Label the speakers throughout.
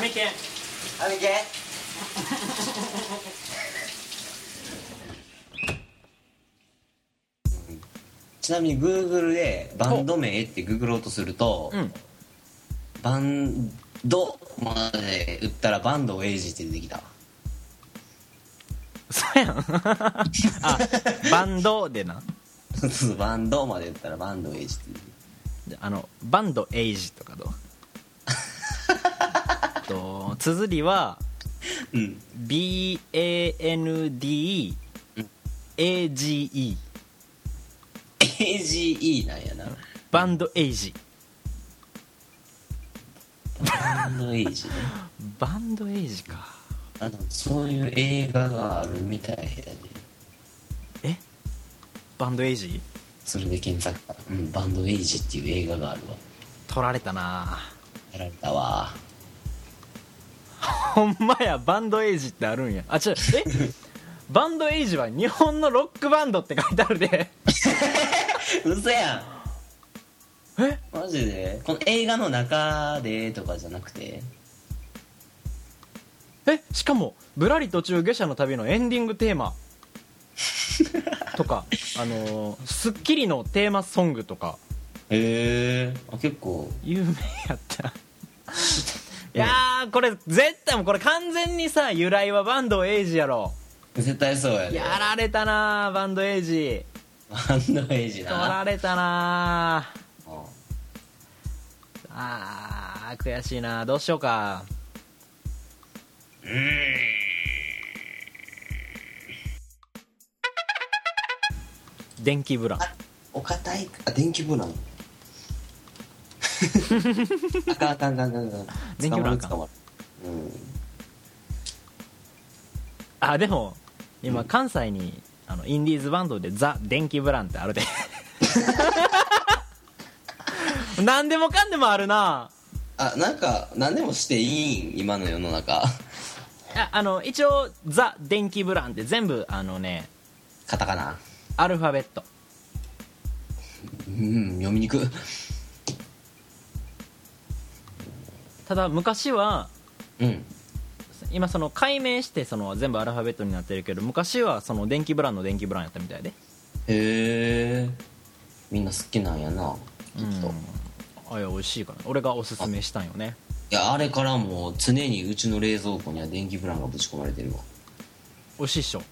Speaker 1: メ犬
Speaker 2: あみけ ちなみに Google でバンド名ってググろうとすると、
Speaker 1: うん
Speaker 2: バンドまで打ったらバンドエイジって出てきた
Speaker 1: そうやん あバンドでな
Speaker 2: そうバンドまで打ったらバンドエイジって出てき
Speaker 1: じゃあのバンドエイジとか どうえっと綴りは
Speaker 2: たうん
Speaker 1: BANDAGE
Speaker 2: エイジ E なんやな
Speaker 1: バンドエイジ
Speaker 2: バンドエイジね
Speaker 1: バンドエイジか
Speaker 2: あのそういう映画があるみたいやで
Speaker 1: えバンドエイジ
Speaker 2: それで検索うんバンドエイジっていう映画があるわ
Speaker 1: 取られたな
Speaker 2: やられたわ
Speaker 1: ほんまやバンドエイジってあるんやあ違う えバンドエイジは日本のロックバンドって書いてあるで
Speaker 2: 嘘やん
Speaker 1: え
Speaker 2: マジでこの映画の中でとかじゃなくて
Speaker 1: えしかも「ぶらり途中下車の旅」のエンディングテーマとか「あのースッキリ」のテーマソングとか
Speaker 2: へえあ結構
Speaker 1: 有名やったいやーこれ絶対もうこれ完全にさ由来はバンドエイジやろ
Speaker 2: 絶対そうやで
Speaker 1: やられたなーバンドエイジ
Speaker 2: バンドエイジ
Speaker 1: 取ら
Speaker 2: な
Speaker 1: れたなー
Speaker 2: うん
Speaker 1: あー悔しいなどうしようか電気ブラン
Speaker 2: お堅いあ電気 ブランあかんあかんあかんあかんあかん
Speaker 1: 電気ブランか
Speaker 2: 捕まる捕まる
Speaker 1: あでも今関西にあのインディーズバンドでザ・電気ブランってあるで何でもかんでもあるな
Speaker 2: うんあなんか何でもしていいん今の世の中
Speaker 1: ああの一応ザ・電気ブランって全部あのね
Speaker 2: カタカナ
Speaker 1: アルファベット
Speaker 2: うん読みにくい
Speaker 1: ただ昔は
Speaker 2: うん
Speaker 1: 今その解明してその全部アルファベットになってるけど昔はその電気ブランの電気ブランやったみたいで
Speaker 2: へえみんな好きなんやなきっと、い
Speaker 1: あいや美味しいから俺がおすすめしたんよね
Speaker 2: やあれからもう常にうちの冷蔵庫には電気ブランがぶち込まれてるわ
Speaker 1: 美味しいっしょ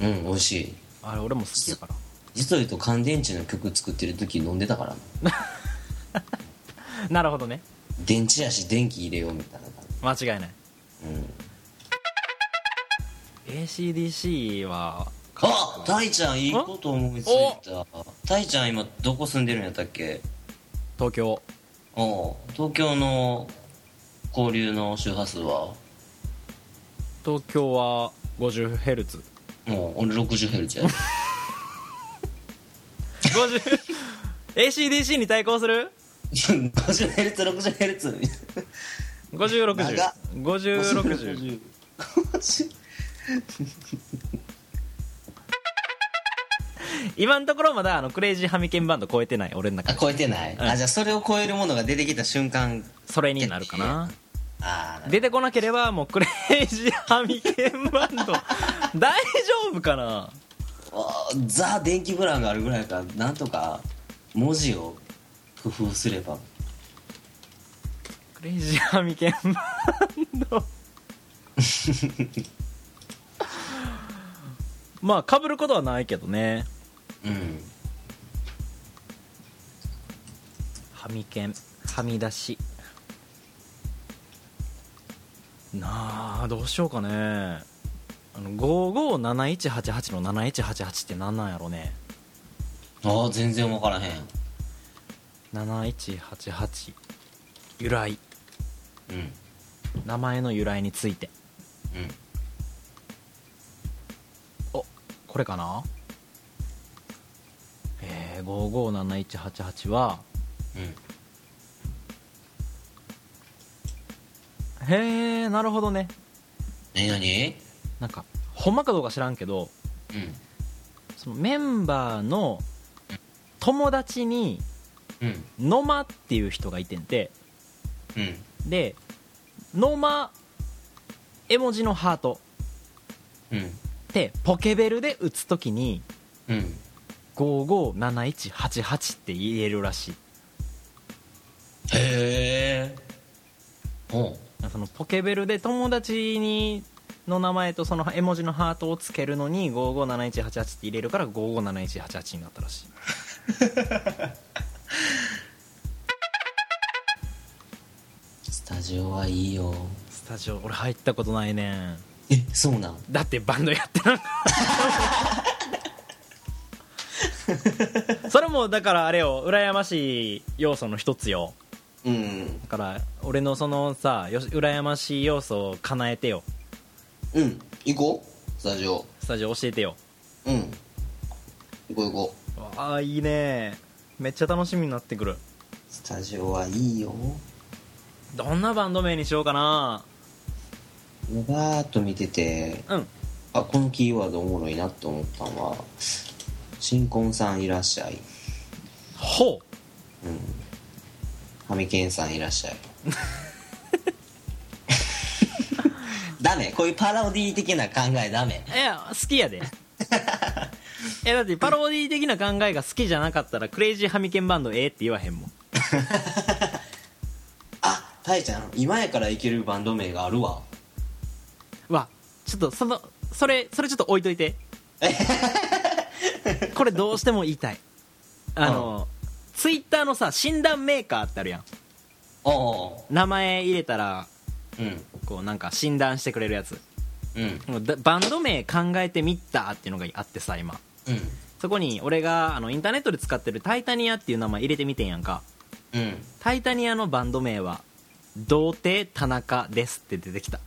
Speaker 2: うん美味しい
Speaker 1: あれ俺も好きやから
Speaker 2: 実を言うと乾電池の曲作ってる時飲んでたからな
Speaker 1: なるほどね
Speaker 2: 電池やし電気入れようみたいな感
Speaker 1: 間違いない
Speaker 2: じうん
Speaker 1: ACDC は
Speaker 2: あ大ちゃんいいこと思いついた大ちゃん今どこ住んでるんやったっけ
Speaker 1: 東京
Speaker 2: おう東京の交流の周波数は
Speaker 1: 東京は 50Hz50
Speaker 2: もう俺 60Hz や で
Speaker 1: ACDC に対抗する
Speaker 2: 50Hz60Hz みたいな長っ
Speaker 1: 50605060
Speaker 2: 50
Speaker 1: 今のところまだあのクレイジーハミケンバンド超えてない俺の中
Speaker 2: あ
Speaker 1: で
Speaker 2: 超えてない、あじゃあそれを超えるものが出てきた瞬間
Speaker 1: それになるかな
Speaker 2: ああ
Speaker 1: 出てこなければもうクレイジーハミケンバ ンド大丈夫かな
Speaker 2: ザ電気ブランがあるぐらいやからなんとか文字を工夫すれば
Speaker 1: クレイジーハミケンバン ドまあかぶることはないけどね
Speaker 2: うん
Speaker 1: はみけんはみ出しなあどうしようかねあの557188の7188って何なんやろね
Speaker 2: ああ全然分からへん
Speaker 1: 7188由来
Speaker 2: うん
Speaker 1: 名前の由来について
Speaker 2: うん
Speaker 1: おこれかなえー、557188は
Speaker 2: うん
Speaker 1: へえなるほどね
Speaker 2: え何
Speaker 1: なんかほんまかどうか知らんけどそのメンバーの友達に
Speaker 2: うんうん
Speaker 1: 野間っていう人がいてんて
Speaker 2: うん
Speaker 1: でノマ絵文字のハート
Speaker 2: うん
Speaker 1: ってポケベルで打つときに
Speaker 2: うん
Speaker 1: 557188って言えるらしい
Speaker 2: へえおう
Speaker 1: そのポケベルで友達にの名前とその絵文字のハートをつけるのに557188って入れるから557188になったらしい
Speaker 2: スタジオはいいよ
Speaker 1: スタジオ俺入ったことないねん
Speaker 2: えそうなん
Speaker 1: だってバンドやってなかったそれもだからあれよ羨ましい要素の一つよ
Speaker 2: うん
Speaker 1: だから俺のそのさよし羨ましい要素を叶えてよ
Speaker 2: うん行こうスタジオ
Speaker 1: スタジオ教えてよ
Speaker 2: うん行こう行こう
Speaker 1: ああいいねめっちゃ楽しみになってくる
Speaker 2: スタジオはいいよ
Speaker 1: どんなバンド名にしようかな
Speaker 2: バーっと見てて
Speaker 1: うん
Speaker 2: あこのキーワードおもろいなって思ったのは新婚さんいらっしゃい
Speaker 1: ほう
Speaker 2: ハミケンさんいらっ しゃいダメこういうパロディ的な考えダメ
Speaker 1: いや好きや でいやだってパロディ的な考えが好きじゃなかったらクレイジーハミケンバンドええって言わへんもん
Speaker 2: あタイちゃん今やからいけるバンド名があるわ
Speaker 1: うわちょっとそのそれそれちょっと置いとい てこれどうしても言いたいあの、ツイッターのさ診断メーカーってあるやん
Speaker 2: おお
Speaker 1: 名前入れたら
Speaker 2: うん
Speaker 1: こうなんか診断してくれるやつ
Speaker 2: うん
Speaker 1: もうだバンド名考えてみたっていうのがあってさ今
Speaker 2: うん
Speaker 1: そこに俺があのインターネットで使ってる「タイタニア」っていう名前入れてみてんやんか
Speaker 2: うん
Speaker 1: 「タイタニア」のバンド名は「童貞田中です」って出てきた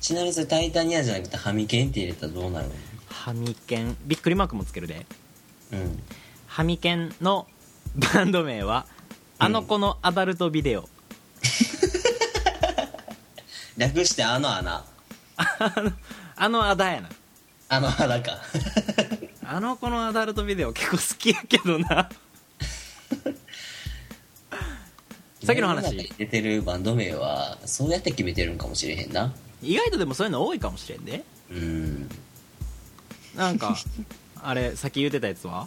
Speaker 2: ちなみにそれタイタニアじゃなくてハミケンって入れたらどうなるの
Speaker 1: ハミケンびっくりマークもつけるで
Speaker 2: うん
Speaker 1: ハミケンのバンド名は「あの子のアダルトビデオ」
Speaker 2: 略してあの穴
Speaker 1: あのアダやな
Speaker 2: あの穴か
Speaker 1: あの子のアダルトビデオ結構好きやけど なさっきの
Speaker 2: 世中に
Speaker 1: 話
Speaker 2: 出てるバンド名はそうやって決めてるんかもしれへんな
Speaker 1: 意外とでもそういうの多いかもしれんで
Speaker 2: うん
Speaker 1: なん かあれさっき言ってたやつは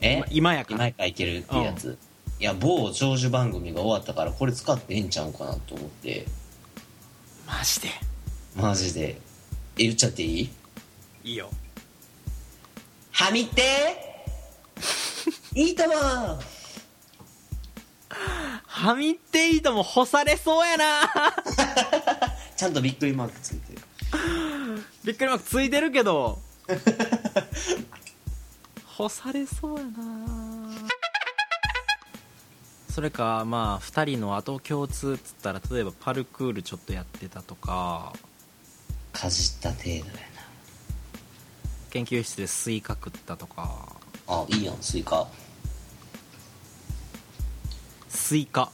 Speaker 2: え
Speaker 1: 今今やから
Speaker 2: 今からいけるっていうやつ、いや某長寿番組が終わったからこれ使ってええんちゃうかなと思って
Speaker 1: マジで
Speaker 2: マジでえ言っちゃっていい
Speaker 1: いいよ
Speaker 2: はみ ていいとも
Speaker 1: はみっていいとも干されそうやな
Speaker 2: ちゃんとびっくりマークついてる
Speaker 1: びっくりマークついてるけど 干されそうやなそれかまあ2人の後共通っつったら例えばパルクールちょっとやってたとか
Speaker 2: かじった程度やな
Speaker 1: 研究室でスイカ食ったとか
Speaker 2: あいいやんスイカ
Speaker 1: スイカ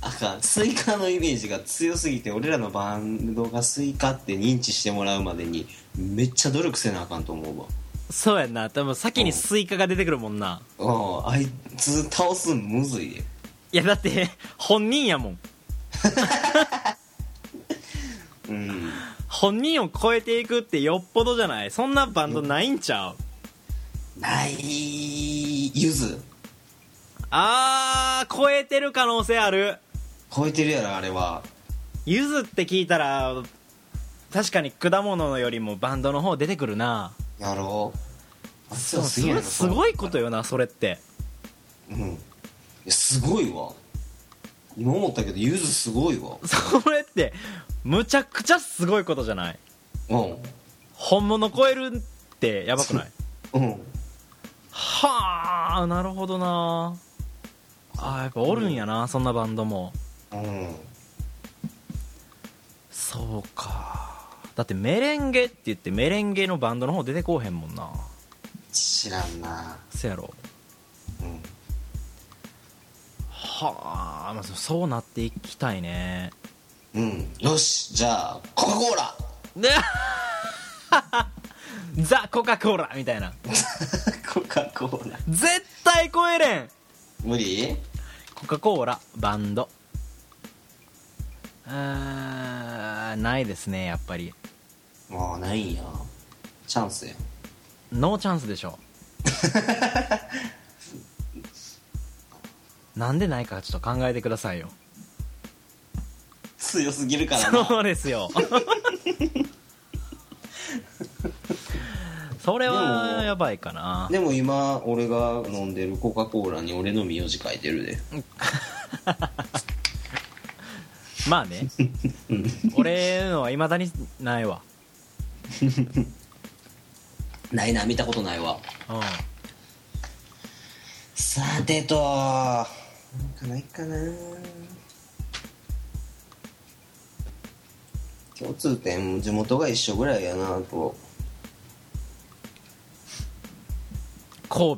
Speaker 2: あかんスイカのイメージが強すぎて俺らのバンドがスイカって認知してもらうまでにめっちゃ努力せなあかんと思うわ
Speaker 1: そうやんな多分先にスイカが出てくるもんな
Speaker 2: うんあいつ倒すんむずいで
Speaker 1: いやだって本人やもん
Speaker 2: うん
Speaker 1: 本人を超えていくってよっぽどじゃないそんなバンドないんちゃう
Speaker 2: ないゆず
Speaker 1: あー超えてる可能性ある
Speaker 2: 超えてるやろあれは
Speaker 1: ゆずって聞いたら確かに果物よりもバンドの方出てくるな
Speaker 2: やろうあいつ
Speaker 1: そ
Speaker 2: はすげえ
Speaker 1: れ
Speaker 2: な
Speaker 1: すごいことよなそれって
Speaker 2: うんいやすごいわ今思ったけどゆずすごいわ
Speaker 1: それってむちゃくちゃすごいことじゃない
Speaker 2: うん
Speaker 1: 本物超えるってやばくない
Speaker 2: うん
Speaker 1: はあなるほどなあーやっぱおるんやなそんなバンドも
Speaker 2: うん
Speaker 1: そうかだってメレンゲって言ってメレンゲのバンドの方出てこうへんもんな
Speaker 2: 知らんな
Speaker 1: せやろ
Speaker 2: うん
Speaker 1: はあ、まあ、そそうなっていきたいね
Speaker 2: うんよしじゃあコカ・コーラ
Speaker 1: ねザ・コカ・コーラみたいな
Speaker 2: コカ・コーラ
Speaker 1: 絶対超えれん
Speaker 2: 無理
Speaker 1: コカ・コーラバンドあーないですねやっぱり
Speaker 2: もうないんやチャンスや
Speaker 1: ノーチャンスでしょなんでないかちょっと考えてくださいよ
Speaker 2: 強すぎるからな
Speaker 1: そうですよ それ
Speaker 2: で
Speaker 1: は
Speaker 2: も
Speaker 1: やばいかな
Speaker 2: でも今俺が飲んでるコカ・コーラに俺の名字書いてるで
Speaker 1: まあ ね俺のはいまだにないわ
Speaker 2: ないな見たことないわ
Speaker 1: うん
Speaker 2: さてとなんかないかな共通点地元が一緒ぐらいやなと
Speaker 1: 神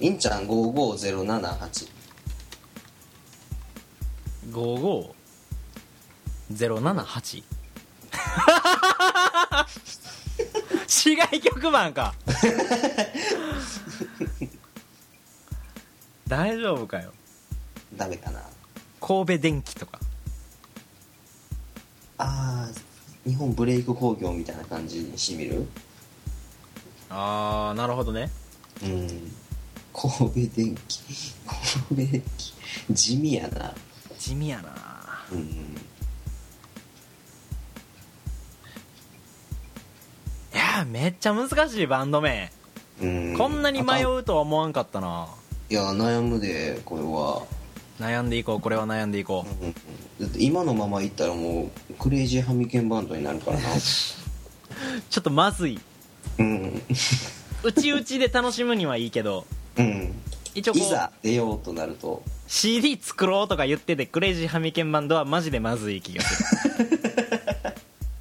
Speaker 2: インちゃん55078
Speaker 1: 戸55078 市外局番 か大丈夫かよ
Speaker 2: ダメかな
Speaker 1: 神戸電気とか
Speaker 2: あー日本ブレイク工業みたいな感じにしみる
Speaker 1: ああなるほどね
Speaker 2: うん神戸電気神戸電気地味やな
Speaker 1: 地味やな
Speaker 2: うん
Speaker 1: いやーめっちゃ難しいバンド名、
Speaker 2: うん
Speaker 1: こんなに迷
Speaker 2: あ
Speaker 1: うとは思わんかったない
Speaker 2: や悩むでこれは
Speaker 1: 悩んでいこうこれは悩んでいこう
Speaker 2: だって今のままいったらもうクレイジーハミケンバンドになるから な
Speaker 1: ちょっとまずい
Speaker 2: うん
Speaker 1: うちうちで楽しむにはいいけど
Speaker 2: うん
Speaker 1: 一応こ
Speaker 2: いうざ出ようとなると
Speaker 1: CD 作ろうとか言っててクレイジーハミケンバンドはマジでまずい気がする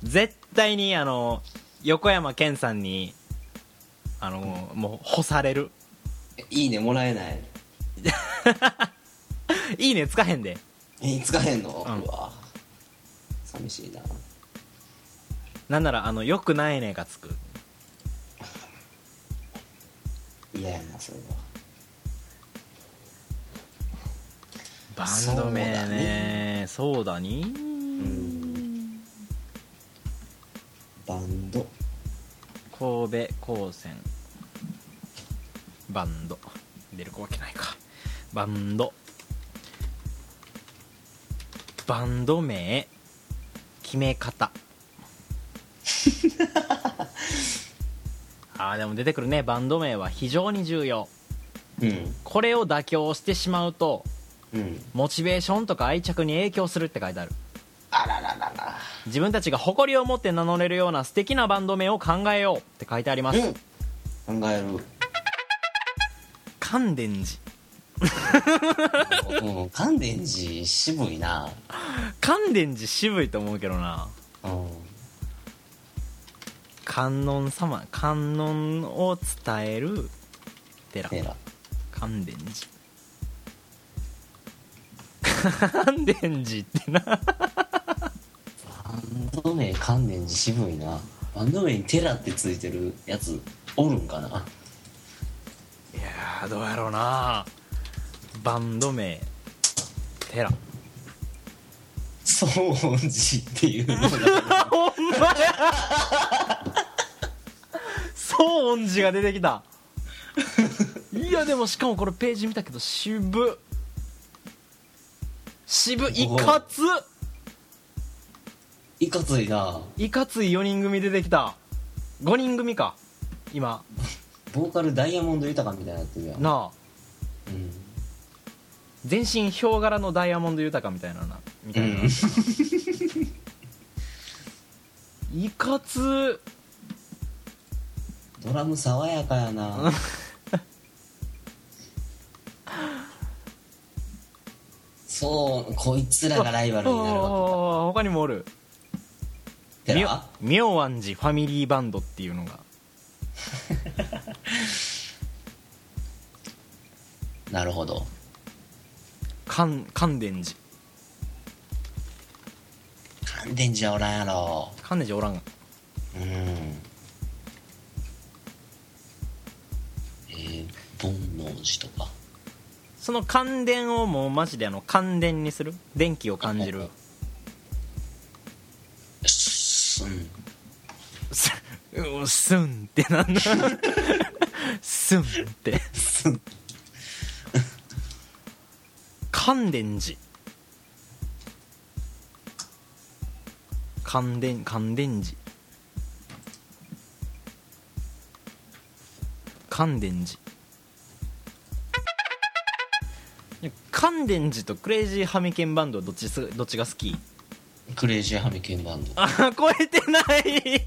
Speaker 1: 絶対にあの横山健さんにあのもう干される
Speaker 2: いいねもらえない
Speaker 1: いいねつかへんで
Speaker 2: え使えんの、
Speaker 1: うん
Speaker 2: うわ寂しいな
Speaker 1: なんならあのよくないねがつく
Speaker 2: 嫌やなそれは
Speaker 1: バンド名ねそうだに
Speaker 2: んバンド
Speaker 1: 神戸高専バンド出るわけないかバンドバンド名決め方あーでも出てくるねバンド名は非常に重要
Speaker 2: うん
Speaker 1: これを妥協してしまうと
Speaker 2: うん
Speaker 1: モチベーションとか愛着に影響するって書いてある
Speaker 2: あらららら
Speaker 1: 自分たちが誇りを持って名乗れるような素敵なバンド名を考えようって書いてあります、
Speaker 2: うん 考える
Speaker 1: 乾電寺
Speaker 2: うん乾電池渋いな
Speaker 1: 乾電寺渋いと思うけどな
Speaker 2: うん
Speaker 1: 観音様観音を伝える寺
Speaker 2: ペラ
Speaker 1: 乾電 寺乾電寺ってな
Speaker 2: バンド名関連寺渋いなバンド名にテラってついてるやつおるんかない
Speaker 1: やーどうやろうなバンド名寺
Speaker 2: 総本寺っていうのが
Speaker 1: ほんまやそう音寺が出てきたいやでもしかもこれページ見たけど渋っ渋いかつ
Speaker 2: いかついない
Speaker 1: かつい4人組出てきた5人組か今
Speaker 2: ボーカルダイヤモンド豊かみたいになってるやん、
Speaker 1: なあ
Speaker 2: うん
Speaker 1: 全身ヒョウ柄のダイヤモンド豊かみたいななみたいな、いかつ
Speaker 2: ドラム爽やかや なそうこいつらがライバルになる
Speaker 1: あ
Speaker 2: わ
Speaker 1: あ他にもおる
Speaker 2: けテ
Speaker 1: みょ
Speaker 2: ラ
Speaker 1: 妙安寺ファミリーバンドっていうのが
Speaker 2: なるほど
Speaker 1: 関関電寺
Speaker 2: 乾電池はおらんやろ
Speaker 1: カンネジおらん
Speaker 2: うんえー、煩悩寺とか
Speaker 1: その感電をもうマジであの感電にする電気を感じる
Speaker 2: すうん
Speaker 1: すうすんってなん だすんって乾電寺乾電乾電寺乾電寺いや乾電寺とクレイジーハミケンバンドはどっちすどっちが好き
Speaker 2: クレイジーハミケンバンド
Speaker 1: あ超えてない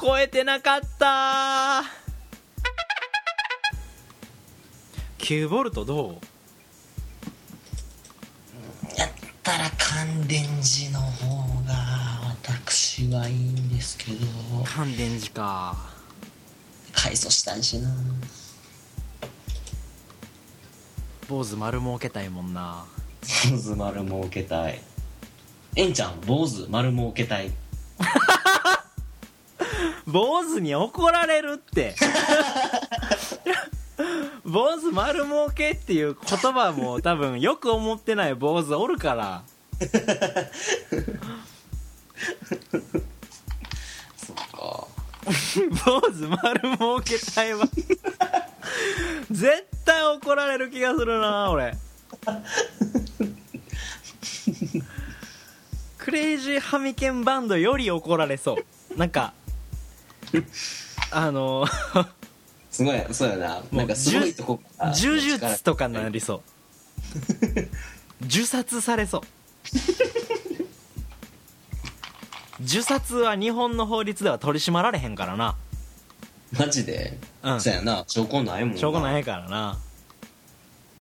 Speaker 1: 超えてなかった9ボルトどう
Speaker 2: やったら乾電池の方が私はいいんですけど
Speaker 1: 乾電池か
Speaker 2: 改装したいしな
Speaker 1: 坊主丸儲けたいもんな
Speaker 2: 坊主丸儲けたいえんちゃん坊主丸儲けたい
Speaker 1: 坊主に怒られるって坊主丸儲けっていう言葉も多分よく思ってない坊主おるから
Speaker 2: そっか
Speaker 1: 坊主丸儲けたいわ絶対怒られる気がするな俺クレイジーハミケンバンドより怒られそうなんかあの
Speaker 2: すごいそうやななんかすごいとこから
Speaker 1: 呪術とかになりそう呪殺されそう呪殺は日本の法律では取り締まられへんからな
Speaker 2: マジで、
Speaker 1: うん
Speaker 2: そうやな証拠ないもん
Speaker 1: 証拠
Speaker 2: い
Speaker 1: ないからな